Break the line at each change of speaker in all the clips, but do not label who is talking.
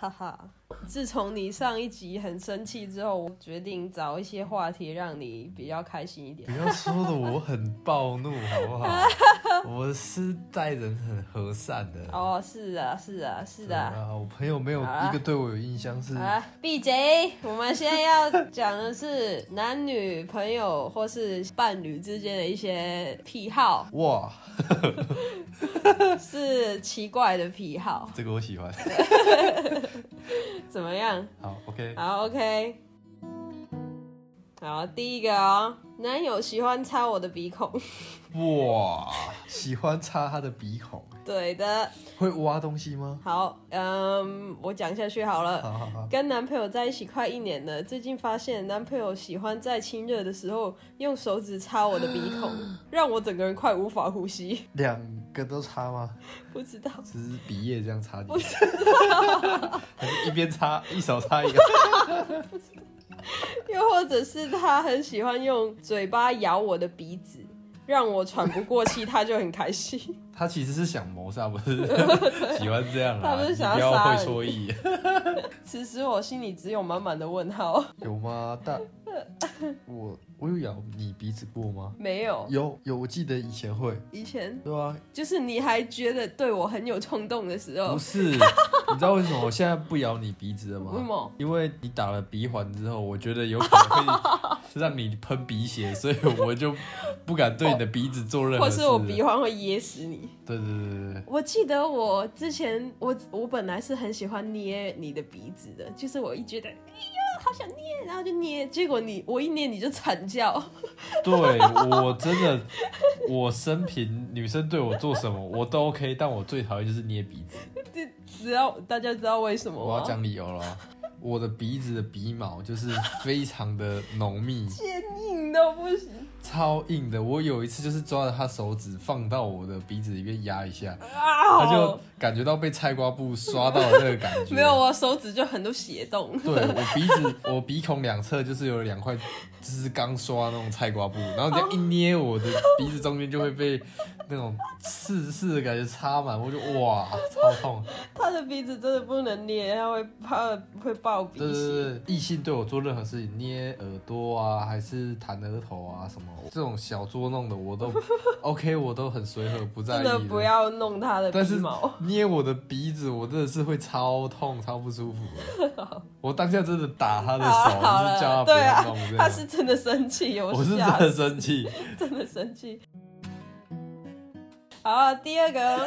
哈哈，自从你上一集很生气之后，我决定找一些话题让你比较开心一点
不。要说的我很暴怒，好不好？ 我是待人很和善的。
哦，是啊，是啊，是
对
的。
啊，我朋友没有
好啊
一个对我有印象是啊
好了，闭嘴！我们现在要讲的是男女朋友或是伴侣之间的一些癖好，
哇，
是奇怪的癖好，
这个我喜欢。
怎么样？
好，OK，
好，OK。好，第一个哦，男友喜欢擦我的鼻孔，
哇，喜欢擦他的鼻孔，
对的。
会挖东西吗？
好，嗯，我讲下去好了。
好好好，
跟男朋友在一起快一年了，最近发现男朋友喜欢在亲热的时候用手指擦我的鼻孔，让我整个人快无法呼吸。
两个都擦吗？
不知 道，
只是鼻液这样擦进去， 还是一边擦一手擦一个？
又或者是他很喜欢用嘴巴咬我的鼻子，让我喘不过气，他就很开心。
他其实是想谋杀，不是喜欢这样啦。
他不是
你
想
不
要杀
要
人
会说意，
此时我心里只有满满的问号，
有吗？但我我有咬你鼻子过吗？
没有。
有有，我记得以前会，
以前
对啊，
就是你还觉得对我很有冲动的时候
不，是，你知道为什么我现在不咬你鼻子了
为什
吗？
么？
因为你打了鼻环之后，我觉得有可能会让你喷鼻血，所以我就不敢对你的鼻子做任何
或
事
是
了。
我鼻环会噎死你？
对对对对对，
我记得我之前，我我本来是很喜欢捏你的鼻子的，就是我一觉得，哎呦，好想捏，然后就捏，结果你我一捏你就惨叫，
对我真的，我生平女生对我做什么我都 OK，但我最讨厌就是捏鼻子。
知道大家知道为什么
我要
吗？
讲理由了，我的鼻子的鼻毛就是非常的浓密。
坚硬到不行，
超硬的。我有一次就是抓着他手指放到我的鼻子里面压一下，
啊！
他就感觉到被菜瓜布刷到的那个感 觉。
没有，，啊我手指就很多血洞，
对我鼻子，我鼻孔两侧就是有两块，就是刚刷那种菜瓜布，然后这样一捏，我的鼻子中间就会被那种刺刺的感觉插满，我就哇，超痛。
他的鼻子真的不能捏，他会怕会爆鼻
对对
血。
对，异性对我做任何事情，捏耳朵啊，还是弹额头啊，什么这种小捉弄的，我都 OK，我都很随和，不在
真
意
的不要弄他的
但
鼻
是
毛，
捏我的鼻子，我真的是会超痛、超不舒服的。我当下真的打他的手，
好
就是叫他
了，
不
对
要
啊
弄这，样。
他是真的生气，
我是真
吓
的生气，
真的生气。好，第二个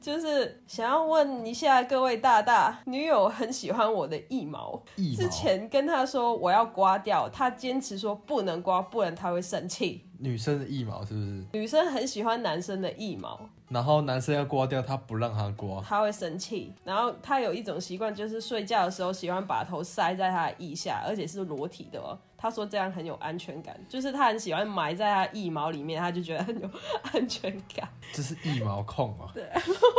就是想要问一下各位大大，女友很喜欢我的腋毛，
一
之前跟她说我要刮掉，她坚持说不能刮，不然她会生气。
女生的一毛是不是？
女生很喜欢男生的腋毛，
然后男生要刮掉，他不让他刮，
她会生气。然后她有一种习惯，就是睡觉的时候喜欢把头塞在她的腋下，而且是裸体的哦。她说这样很有安全感，就是她很喜欢埋在她腋毛里面，她就觉得很有 安全感。
这是一毛控啊！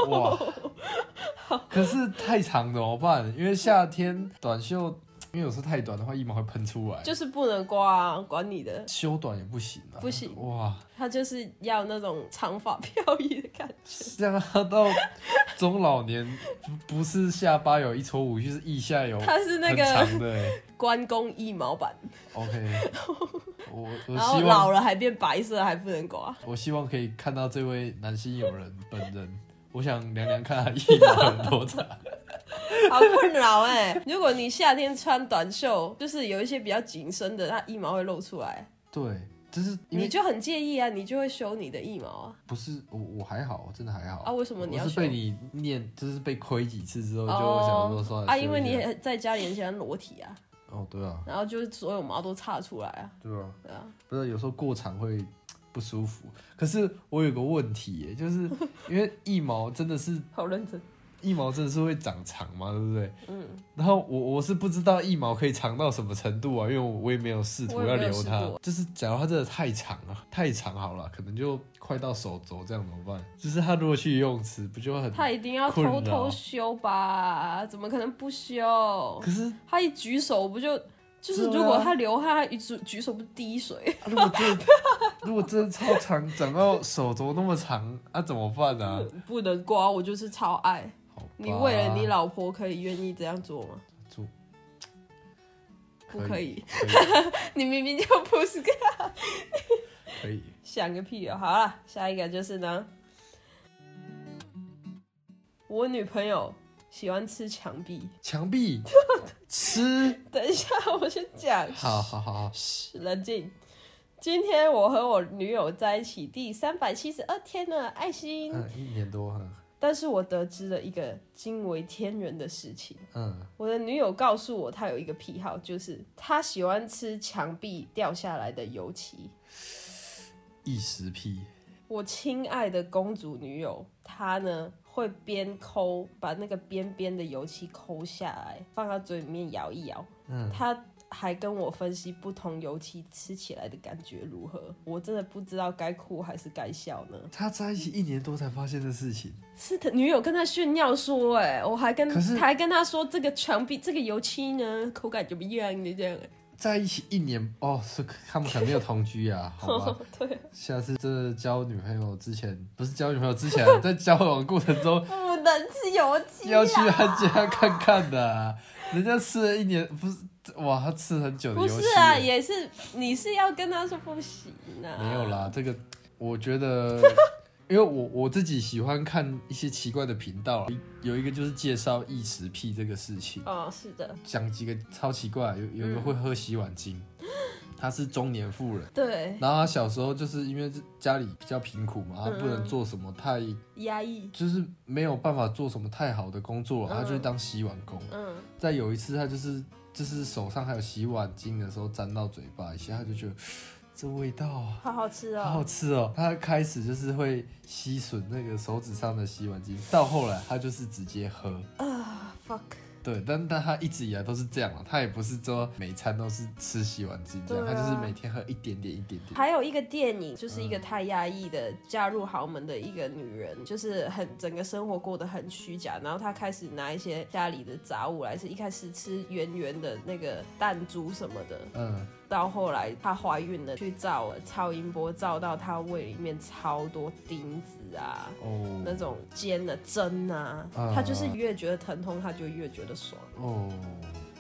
哇，可是太长怎么办？因为夏天短袖，因为有时候太短的话，一毛会喷出来。
就是不能刮、啊，管你的，
修短也不行啊，
不行
哇！
他就是要那种长发飘逸的感觉。
让他到中老年，不不是下巴有一撮五须，是腋下有
他是那
很
个
长的欸。
关公一毛版，
OK，我 我
然后
希
老
望
了还变白色，还不能 刮。
我希望可以看到这位男性友人本人，我想量量看他腋毛有 多长。
好困扰哎、如果你夏天穿短袖，就是有一些比较紧身的，它腋毛会露出来，
对，就是
你
因为
就很介意啊，你就会修你的腋毛啊。
不是我我还好，我真的还好
啊为什么你要
我是被
修
你念，就是被亏几次之后，就想说算了。
啊，
修一
因为
下
你在家里很喜欢裸体啊，
哦，对啊，
然后就是所有毛都岔出来啊，
对啊。
对啊，
不是有时候过长会不舒服。可是我有个问题耶，就是因为腋毛真的是
好认真。
腋毛真的是会长长嘛，对不对？嗯。然后我我是不知道腋毛可以长到什么程度啊，因为我我也没有试图
我也
要
没有
留
试
它
过。
就是假如它真的太长了，太长好了，可能就快到手肘这样怎么办？就是它如果去游泳池，不就会很？
他一定要
困
偷
扰
偷修吧？怎么可能不修？
可是、
他一举手不就就是
对啊
如果他流汗，他一举举手不是滴水？
啊如果真的如果真的超 长，长到手肘那么长，那、啊、怎么办啊？
不能刮，我就是超爱。
好吧
你为了你老婆可以愿意这样做吗？
做
不可以？
可以
你明明就不是个
可以，
想个屁哦！好了，下一个就是呢，我女朋友喜欢吃墙壁。
墙壁吃，
等一下，我先讲。
好好好好，
嘘，冷静。今天我和我女友在一起第三百七十二天了，爱心。
嗯，一年多，嗯
但是我得知了一个惊为天人的事情。
嗯，
我的女友告诉我，她有一个癖好，就是她喜欢吃墙壁掉下来的油漆。
一时屁，
我亲爱的公主女友，她呢会边抠，把那个边边的油漆抠下来，放到嘴里面摇一摇。
嗯，
她还跟我分析不同油漆吃起来的感觉如何，我真的不知道该哭还是该笑呢。
他在一起一年多才发现的事情，
是的，女友跟他炫耀说、哎，我还跟
可是
还跟他说这个墙壁这个油漆呢口感怎么样的这样、哎
在一起一年哦，是他们可能没有同居啊，好吧？
对啊，
下次真的交女朋友之前，不是交女朋友之前，在交往过程中
不能吃嗯油漆啊
要
啦
去他家看看的啊、人家吃了一年，不是哇，他吃很久的
不
游戏
是啊，也是你是要跟他说不行啊，
没有啦，这个我 觉得，因为我我自己喜欢看一些奇怪的频道啊，有一个就是介绍异食癖这个事情，
哦，是的，
讲几个超奇怪，有有一个会喝洗碗精，他是中年妇人。
对，
然后他小时候就是因为家里比较贫苦嘛，他
嗯
不能做什么太，
压抑，
就是没有办法做什么太好的工作，他就去当洗碗工。
嗯，
在有一次他就是就是手上还有洗碗巾的时候沾到嘴巴一下，他就觉得 这味道啊。
好好吃
好好
哦，
吃哦！他开始就是会吸吮那个手指上的洗碗巾，到后来他就是直接喝。
啊，fuck，
对，但但他一直以来都是这样啊，他也不是说每餐都是吃洗碗巾这样，
对啊
他就是每天喝一点点一点点。
还有一个电影，就是一个太压抑的嫁入豪门的一个女人，就是很整个生活过得很虚假，然后她开始拿一些家里的杂物来吃，一开始吃圆圆的那个弹珠什么的，
嗯，
到后来她怀孕了，去照了超音波，照到她胃里面超多钉子啊，那
哦
种尖的针啊，
嗯
他就是越觉得疼痛，他就越觉得爽。
哦，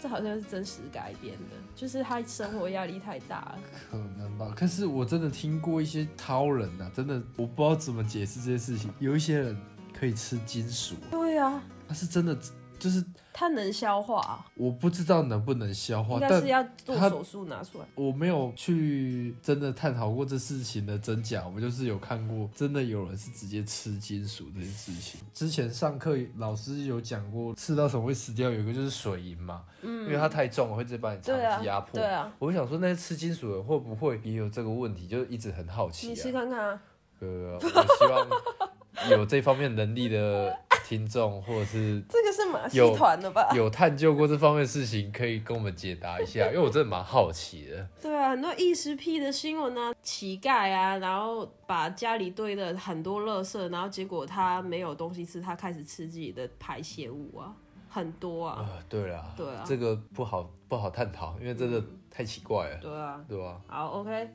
这好像是真实改编的，就是他生活压力太大了。
可能吧。可是我真的听过一些超人呐、啊，真的我不知道怎么解释这些事情。有一些人可以吃金属，
对啊，
他是真的就是
他能消化，
我不知道能不能消化
应，该
但
是要做
他
手术拿出来。
我没有去真的探讨过这事情的真假，我就是有看过，真的有人是直接吃金属这件事情。之前上课老师有讲过，吃到什么会死掉，有一个就是水银嘛，因为它太重了会直接把你肠
嗯对啊
子压，迫。
对啊，
我想说，那些吃金属的人会不会也有这个问题？就一直很好奇
你试
啊。
看看啊。
呃，我希望有这方面能力的听众，或者是
这个是马戏
有
团的 吧？
有探究过这方面的事情，可以跟我们解答 一下，因为我真的蛮好奇的。
对啊，很多异食癖的新闻啊，乞丐啊，然后把家里堆的很多垃圾，然后结果他没有东西吃，他开始吃自己的排泄物啊，很多啊。
啊，对啦，
对啊
这个不好不好探讨，因为真的太奇怪了，
对啊，
对吧？
好，OK，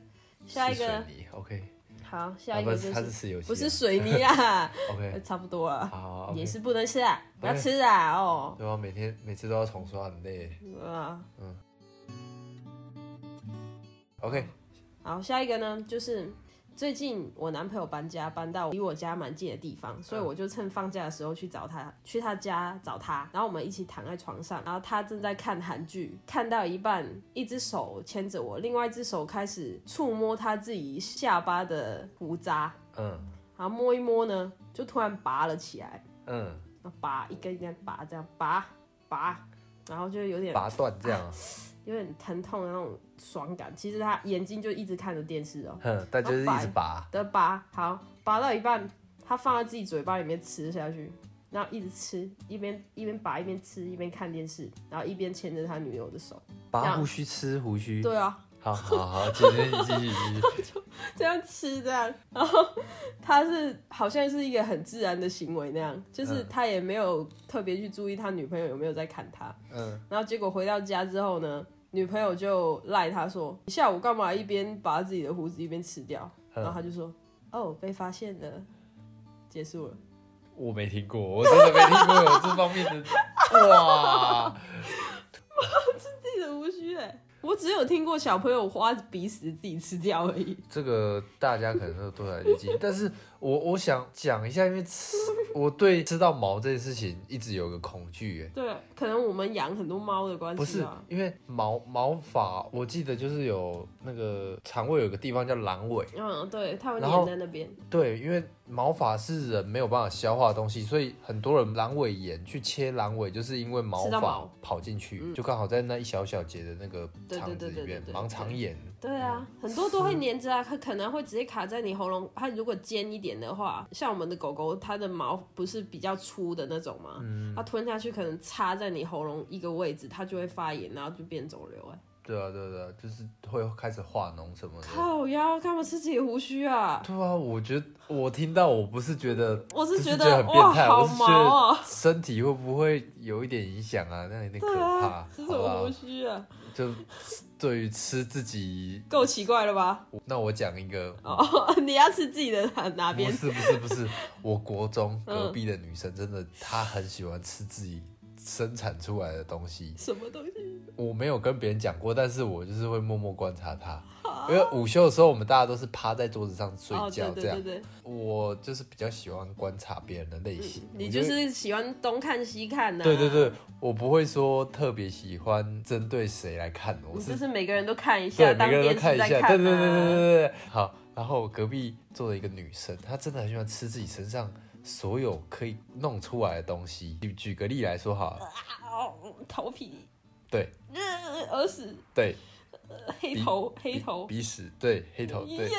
下一
吃水
个，
泥，OK，
好，
啊
下一
不
个
是
就
它
是
是吃游戏啊，
不是水泥啊， 呃
OK，
差不多啊，
好，OK，
也是不能吃啊，不要
OK
吃啊，哦，
对啊，每天每次都要重刷，很累。嗯
啊，
OK，
好，下一个呢就是。最近我男朋友搬家，搬到离我家蛮近的地方，所以我就趁放假的时候去找他，去他家找他，然后我们一起躺在床上，然后他正在看韩剧，看到一半，一只手牵着我，另外一只手开始触摸他自己下巴的胡渣，
嗯
然后摸一摸呢，就突然拔了起来，
嗯，
然后拔一根一根拔，这样拔拔，然后就有点
拔断这 样啊，
有点疼痛的那种爽感。其实他眼睛就一直看着电视哦、
哼，但就是一直拔，
的拔好拔到一半，他放在自己嘴巴里面吃下去，然后一直吃，一边一边拔一边吃，一边看电视，然后一边牵着他女友的手。
拔胡须吃胡须，
对啊，
好好好，今天你继续继续，
这样吃这样，然后他是好像是一个很自然的行为那样，就是
嗯
他也没有特别去注意他女朋友有没有在看他。
嗯，
然后结果回到家之后呢，女朋友就赖他说：“你下午干嘛一边拔自己的胡子一边吃掉？”
嗯
然后他就说：“哦，被发现了。”结束了。
我没听过，我真的没听过有这方面的。哇，
自己的无须哎、我只有听过小朋友挖鼻屎自己吃掉而已。
这个大家可能都多少有记忆，但是我我想讲一下，因为吃我对吃到毛这件事情一直有个恐惧耶。
对，可能我们养很多猫的关
不
系啊
是
吧。
因为毛毛发，我记得就是有那个肠胃有个地方叫阑尾，
嗯，对，它会
然后
粘在那边。
对，因为毛发是人没有办法消化的东西，所以很多人阑尾炎去切阑尾，就是因为毛
吃到
发
毛
跑进去，
嗯
就刚好在那一小小节的那个
对对
肠子
对
里
对
面
对，对
盲肠炎。
对啊，很多都会粘着啊，它可能会直接卡在你喉咙。它如果尖一点的话，像我们的狗狗，它的毛不是比较粗的那种吗？
嗯
它吞下去可能插在你喉咙一个位置，它就会发炎，然后就变肿瘤、哎，
对啊，对啊对啊，就是会开始化脓什么的。
靠腰，干嘛吃自己的胡须啊？
对啊，我觉得我听到我不是觉得，
我
不
是
是
觉
觉
得
得很变态，
哇，
我
好
是
毛
觉
啊！
得身体会不会有一点影响啊？那有点可
对
怕
啊，，这
好不
种
好
胡？须啊，
就对于吃自己，
够奇怪了吧？
那我讲一个
哦，你要吃自己的哪哪边
不？是不是不是，我国中
嗯
隔壁的女生真的，她很喜欢吃自己生产出来的东西。
什么东西？
我没有跟别人讲过，但是我就是会默默观察她。因为午休的时候，我们大家都是趴在桌子上睡
哦，对
觉
对
这样
对。对，
我就是比较喜欢观察别人的类型，
嗯你
我
就
觉得
是喜欢东看西看呐、
对对对，，我不会说特别喜欢针对谁来看，我
你
是
就是每个人都看一下，
对，
当
每个人
电视
都看一
在
下，
看、啊。
对对对对对对。好，然后我隔壁坐了一个女生，她真的很喜欢吃自己身上所有可以弄出来的东西。举举个例来说好了，
哦，头皮，
对
呃耳屎，
对，
黑头，黑
鼻
头，
鼻屎，对黑头，对
呀。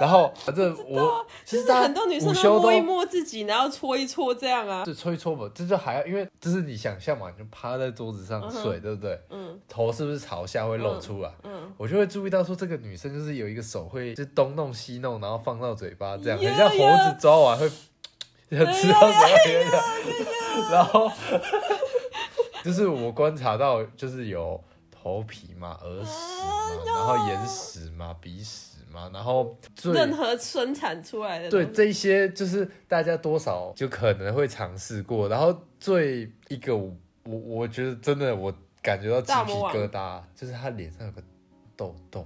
然后反正我
就
其实
是
大家
很多女生都
午休
摸一
都
摸自己，然后搓一搓这样啊。
就搓一搓嘛，这就还要因为这是你想象嘛，你就趴在桌子上睡，对不对？
嗯
头是不是朝下会露出来？
嗯，
我就会注意到说，这个女生就是有一个手会就东弄西弄，然后放到嘴巴这样，
呀哎
很像猴子 抓完会吃到嘴巴里面这样， 然后就是我观察到，就是有头皮嘛、耳屎
哎
嘛，然后眼屎嘛、鼻屎嘛，然后最
任何生产出来的
对
东西，
这一些就是大家多少就可能会尝试过，然后最一个我我我觉得真的我感觉到鸡
大
皮
魔王
疙瘩，就是他脸上有个痘 痘，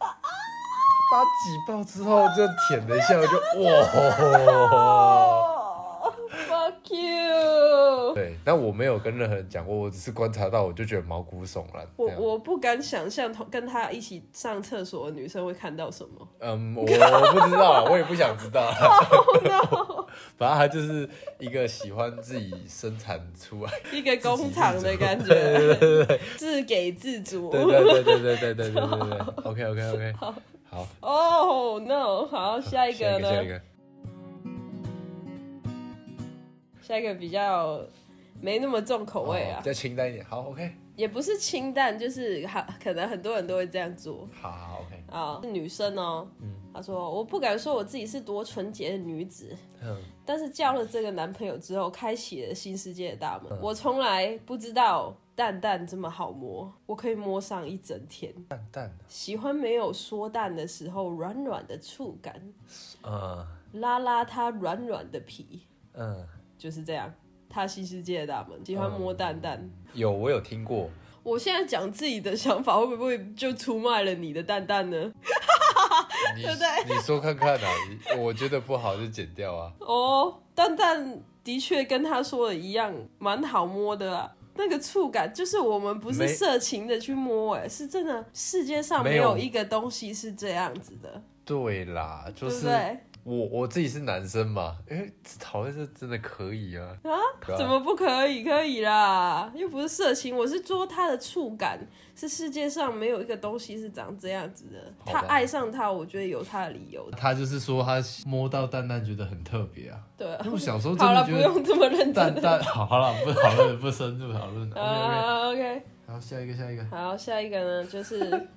把它挤爆之后就舔了一下，我就哇。
哦，fuck you。
对，但我没有跟任何人讲过，我只是观察到，我就觉得毛骨悚然。
我
这样
我不敢想象同跟他一起上厕所的女生会看到什么。
嗯，我我不知道，我也不想知 道。
Oh
反正他就是一个喜欢自己生产出来
一个工厂的感觉，自给自足。
对对对对对对对对对对，OK OK OK，好，
哦、no！好，下一个呢？
下一个，
下一个比较没那么重口味
好
啊
比，较清淡一点，好 OK，
也不是清淡，就是好，可能很多人都会这样做
好好 OK，
啊。是女生哦，
嗯
她说我不敢说我自己是多纯洁的女子，
嗯，
但是交了这个男朋友之后，开启了新世界的大门。
嗯
我从来不知道蛋蛋这么好摸，我可以摸上一整天。
淡淡的，
喜欢没有缩蛋的时候软软的触感，
嗯
拉拉它软软的皮，
嗯，
就是这样。他新世界的大门，喜欢摸蛋蛋。
有我有听过，
我现在讲自己的想法，会不会就出卖了你的蛋蛋呢？
你
对不对
你说看看啊，你我觉得不好就剪掉啊，
哦，蛋蛋的确跟他说的一样，蛮好摸的啊。那个触感就是我们不是
没
色情的去摸、哎，是真的，世界上
没
没
有
有一个东西是这样子的，
对啦，
对
就
不
是
对？
我我自己是男生嘛，哎，讨论这真的可以啊，
啊
对啊
怎么不可以？可以啦，又不是色情，我是说它的触感是世界上没有一个东西是长这样子的。
好
他
吧
爱上他，我觉得有他的理由的。
他就是说他摸到蛋蛋觉得很特别啊，
对啊
因为 我小时候真
好了，
的
不
觉得
用这么认
蛋
真的。
蛋，好好了，不讨论不深入讨论，OK OK，
啊，OK，
好下一个下一个。
好，下一个呢，就是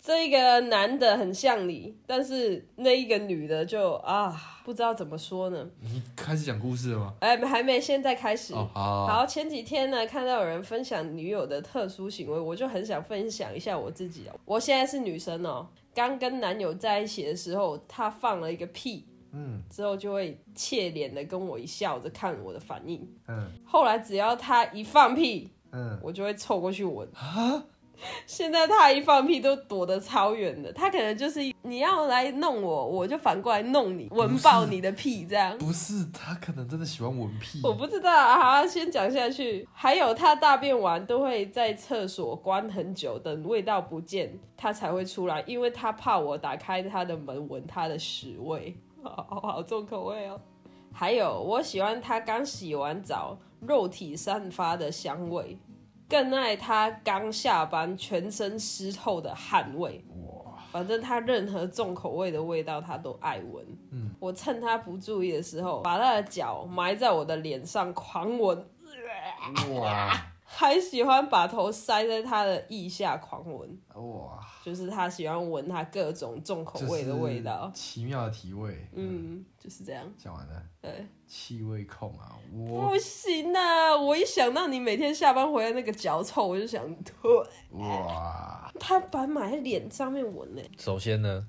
这个男的很像你，但是那一个女的就啊，不知道怎么说呢。
你开始讲故事了吗？
哎，还没，现在开始。
哦，好，
好，前几天呢，看到有人分享女友的特殊行为，我就很想分享一下我自己哦。我现在是女生哦，刚跟男友在一起的时候，他放了一个屁，
嗯
之后就会怯脸的跟我一笑着看我的反应。
嗯
后来只要他一放屁，
嗯，
我就会凑过去闻。现在他一放屁都躲得超远的，他可能就是你要来弄我，我就反过来弄你，闻爆你的屁这样。
不是，他可能真的喜欢闻屁，
我不知道啊，好，先讲下去。还有他大便完都会在厕所关很久，等味道不见，他才会出来，因为他怕我打开他的门闻他的屎味。 好好好重口味哦。还有，我喜欢他刚洗完澡，肉体散发的香味，更爱他刚下班全身湿透的汗味。反正他任何重口味的味道他都爱闻。嗯，我趁他不注意的时候，把他的脚埋在我的脸上狂闻，
哇
还喜欢把头塞在他的腋下狂闻，
哇，
就是他喜欢闻他各种重口味的味道。，
奇妙的体味，
嗯，就是这样。
讲完了，
对，
气味控啊，我
不行啊！我一想到你每天下班回来那个脚臭，我就想 吐。
哇，
他把买在脸上面闻呢、
首 先呢。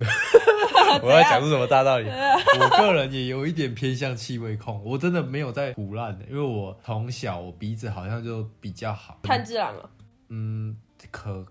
我要讲出什么大道理？我个人也有一点偏向气味控，我真的没有在胡乱的，因为我从小我鼻子好像就比较好，
炭治郎啊，
嗯，可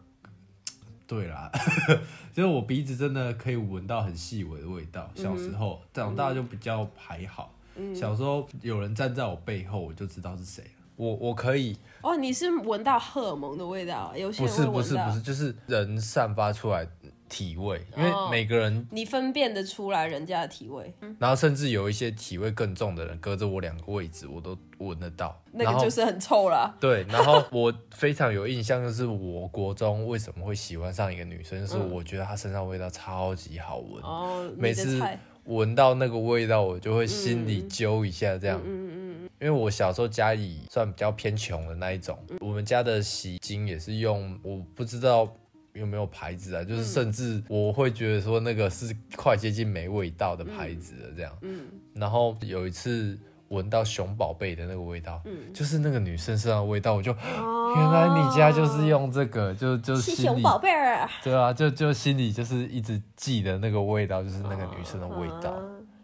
对啦， 就是我鼻子真的可以闻到很细微的味道。
嗯
小时候，长大就比较还好。小时候有人站在我背后，我就知道是谁了。我我可以，
哦，你是闻到荷尔蒙的味道啊，有些
不
人
是
会
不是
闻到。
不是，就是人散发出来体味，因
哦嗯
为每个人，
你分辨得出来人家的体味，
然后甚至有一些体味更重的人，隔着我两个位置，我都闻得到。
那
然
个
后
就是很臭啦。
对，然后我非常有印象，就是我国中为什么会喜欢上一个女生，就是我觉得她身上味道超级好闻，
哦，你
每
的
次
菜
闻到那个味道，我就会心
嗯
里揪一下，这样。因为我小时候家里算比较偏穷的那一种，
嗯
我们家的洗衣精也是用，我不知道有没有牌子啊，
嗯
就是甚至我会觉得说那个是快接近没味道的牌子的这样。
嗯
然后有一次闻到熊宝贝的那个味道，
嗯
就是那个女生身上的味道，我就、原来你家就是用这个，就就
七
心
哦熊
里
宝贝儿啊，
对啊，就就心里就是一直记得那个味道，就是那个女生的味道。
啊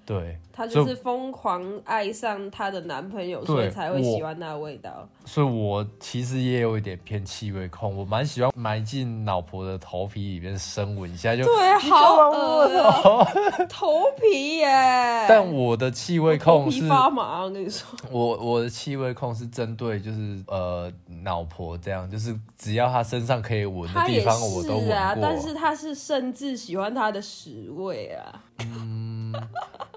对，
她就
所以
是疯狂爱上她的男朋友，
对
所以才会
我
喜欢她的味道。
所以我其实也有一点偏气味控，我蛮喜欢埋进老婆的头皮里面深闻一下就。
对，好恶哦，头皮耶！
但我的气味控
头皮
是，
发麻，我跟你说，
我我的气味控是针对就是呃老婆这样，就是只要她身上可以闻的
她
地
也
方我都闻
是
过。
啊，但是她是甚至喜欢她的屎味啊。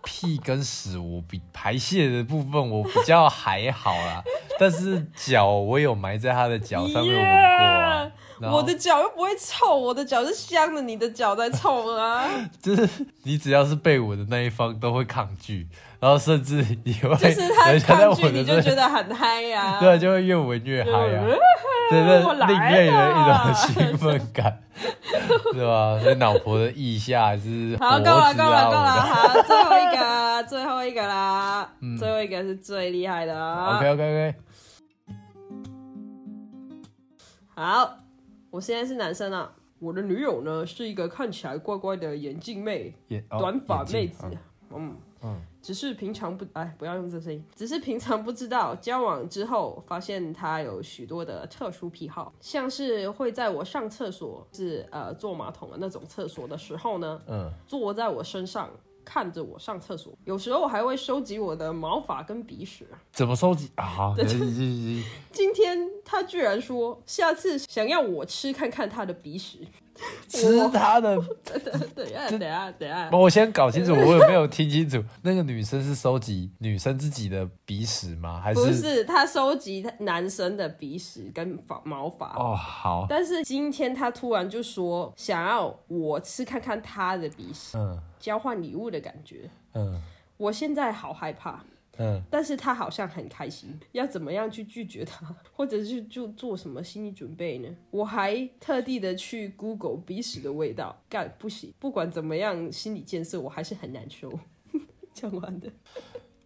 屁跟屎我比排泄的部分我比较还好啦，但是脚我有埋在她的脚上面闻过啊
Yeah，。
然后
我的脚又不会臭，我的脚是香的，你的脚在臭 啊。
就是你只要是被吻的那一方都会抗拒，然后甚至你会
就是他
人家在
抗拒，
吻
你
的
就
时
觉
候，
得很嗨呀、啊。
对，就会越吻越嗨啊， 对，
呃我
那
来
另类
了
的一种兴奋感，对吧？所以脑婆的腋下还是
好，
脖
够
子
了，够了，够了，
啊，
好，最后一个， 最后一个啦，最后一个是最厉害的
我
啊。
的嗯 OK OK OK，
好，我现在是男生啊，我的女友呢是一个看起来乖乖的眼镜妹，
眼哦
短发
眼镜
妹子，
嗯
嗯
嗯
只是平常不哎，不要用这声音。只是平常不知道，交往之后发现她有许多的特殊癖好，像是会在我上厕所是呃坐马桶的那种厕所的时候呢，
嗯，
坐在我身上看着我上厕所，有时候还会收集我的毛发跟鼻屎。
怎么收集啊？好，可以可以可以
今天他居然说下次想要我吃看看他的鼻屎， 啊
吃他的，
等一下等一下等一下，
我先搞清楚，我有没有听清楚？那个女生是收集女生自己的鼻屎吗？还
不是他收集男生的鼻屎跟发毛发。
哦，好，
但是今天他突然就说想要我吃看看他的鼻屎，
嗯
交换礼物的感觉，
嗯。
我现在好害怕。
嗯，
但是他好像很开心，要怎么样去拒绝他， 或者是就做什么心理准备呢？我还特地的去 Google 鼻屎的味道，干不行，不管怎么样，心理建设我还是很难受。 讲完的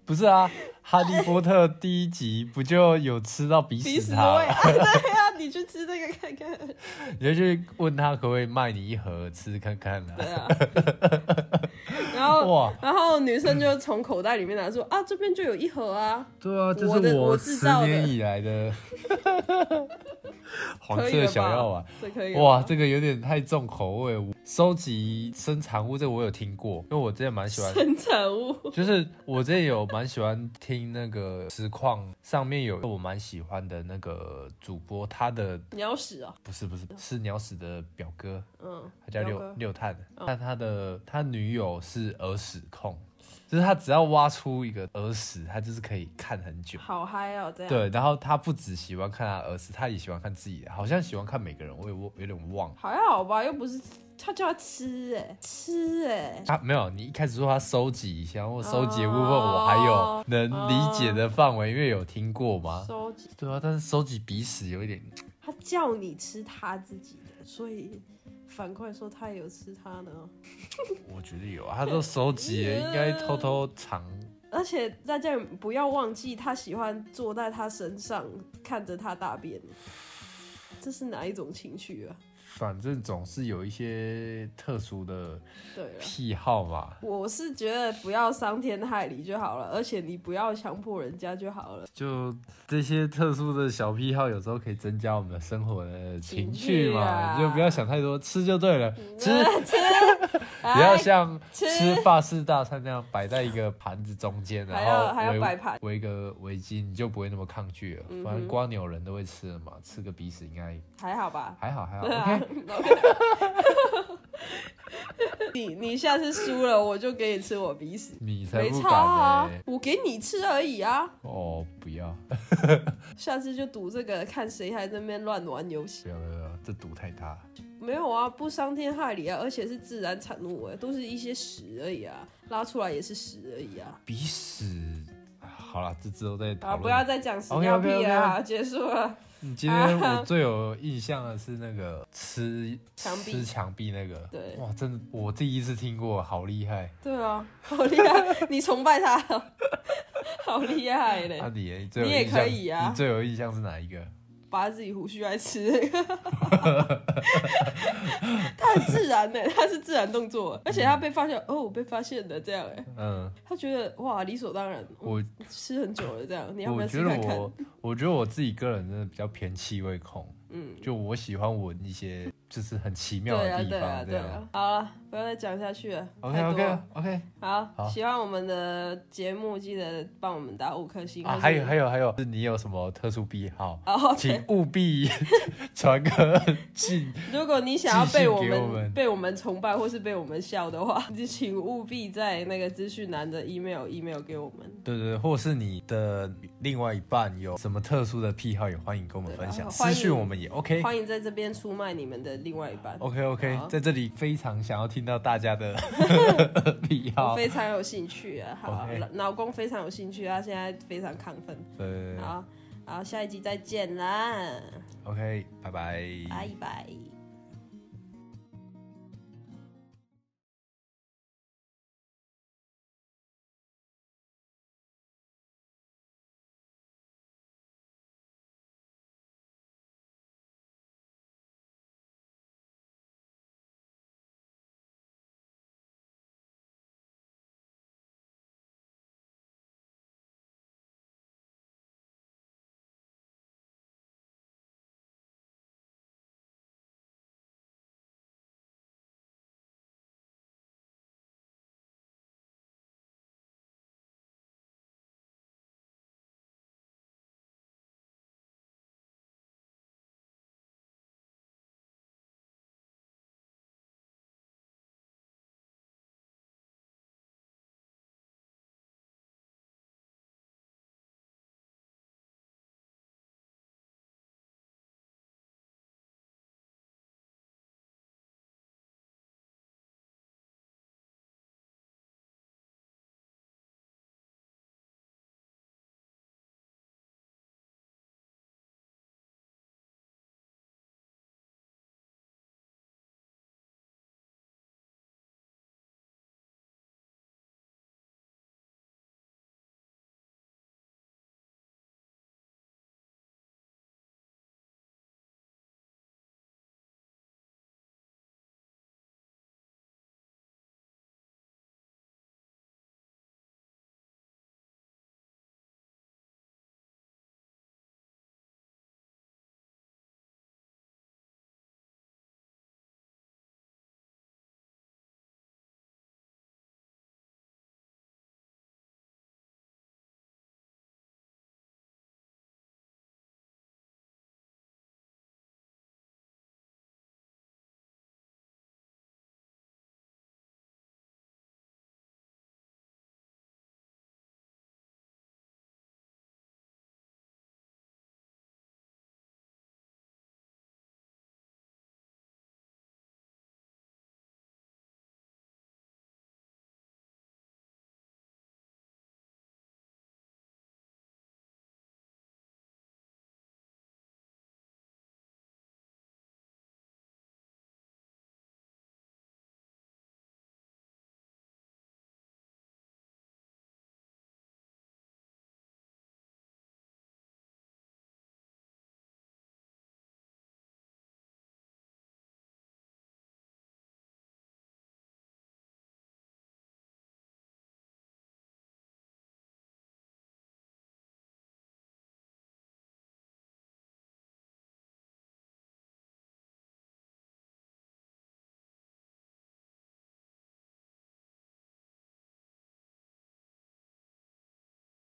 不是啊，《哈利波特》第一集不就有吃到鼻
鼻
屎
屎的味
他？
啊，对啊，你去吃这个看看。
你就去问他可不可以卖你一盒吃看看啊？
对啊， 然后
哇，
然后女生就从口袋里面拿出啊，这边就有一盒啊，
对啊，这
我
是
的我制
十
造的
年以 来的黄
可以
色
了
小
吧
药丸。
这可以 了
啊哇，
吧
这个有点太重口味。收集生产物，这个我有听过，因为我之前蛮喜欢，
生产物，
就是我之前有蛮喜欢听那个实况上面有我蛮喜欢的那个主播，他的
鸟屎啊，
不是不是是鸟屎的表哥，
嗯，
他叫
表
六
哥嗯
六探，但他的他女友是耳屎控，就是他只要挖出一个耳屎，他就是可以看很久。
好嗨哦，这样，
对，然后他不只喜欢看他的儿子，他也喜欢看自己的，好像喜欢看每个人，我也我有点忘了。
还好吧，又不是他叫他吃哎、吃哎、
他没有，你一开始说他收集一下，或收集的部分，我还有
哦
能理解的范围，因为有听过嘛。
收集，
对啊，但是收集鼻屎有一点，
他叫你吃他自己的，所以反过来说他也有吃他的哦。
我觉得有啊，他都收 集了，应该偷偷藏。
而且大家也不要忘记，他喜欢坐在他身上看着他大便，这是哪一种情绪啊？
反正总是有一些特殊的
对了。
癖好嘛，
我是觉得不要伤天害理就好了，而且你不要强迫人家就好了。
就这些特殊的小癖好，有时候可以增加我们的生活的情趣
情趣
嘛，
啊
你就不要想太多，吃就对了，吃。不
不
要像
哎吃
吃法式大餐那样摆在一个盘子中间，
还
然
要
后
还要
围
摆盘嗯
围一个围巾，你就不会那么抗拒了。反正瓜牛人都会吃的嘛，吃个鼻屎应该
还好吧？
还好还好。
对 啊
OK，
你你下次输了，我就给你吃我鼻屎。
你才
没
不
差
敢欸
啊
呢、，
我给你吃而已啊。
哦，不要
下次就赌这个，看谁还在那边乱玩游戏。
不要不要，不要这毒太大。
没有啊，不伤天害理啊，而且是自然产物、欸，都是一些屎而已啊，拉出来也是屎而已啊。
鼻屎，好了，这之后再
啊，
讨
不
论。
要再讲屎尿屁
OK，OK，OK
了啊，结束了。
你今天我最有印象的是那个 吃
墙壁
吃墙壁那个，
对
哇，真的我第一次听过，好厉害。
对啊，好厉害，你崇拜他哦， 好厉害嘞、
那啊你你最有
你也
印象
可以啊
你最有印象是哪一个？
拔自己胡须来吃 那个，他很自然呢、他是自然动作，而且他被发现，哦，我被发现了这样哎、
嗯，
他觉得哇理所当然，嗯
我
吃很久了这样，你要不
我
要
觉
吃
得
看看？
我我觉得我自己个人真的比较偏气味控，
嗯，
就我喜欢闻一些就是很奇妙
对
的
啊
地
对啊
方这
对
样
啊。。好了，不要再讲下去了
OK
太多
OK
了。
OK
好，
好
喜欢我们的节目，记得帮我们打五颗星。
啊，还有还有还有，是你有什么特殊癖 好？
哦，
请务必 传个 信，
如果你想要被我
寄信给
们
我们
被我们崇拜或是被我们笑的话， 就请务必在那个资讯栏的 email email 给我们。
对对，对或是你的另外一半有什么特殊的癖好，也欢迎跟我们
对
分享，
然后
私
欢
讯
迎
我们也 OK。
欢迎在这边出卖你们的另外一半。
OK OK，
好
在这里非常想要听到大 家的 癖
我
好。
非常有兴趣啊，好
OK，
老公非常有兴趣，他现在非常亢奋。
对
好，好，下一集再见啦，
，OK，拜拜。
拜拜。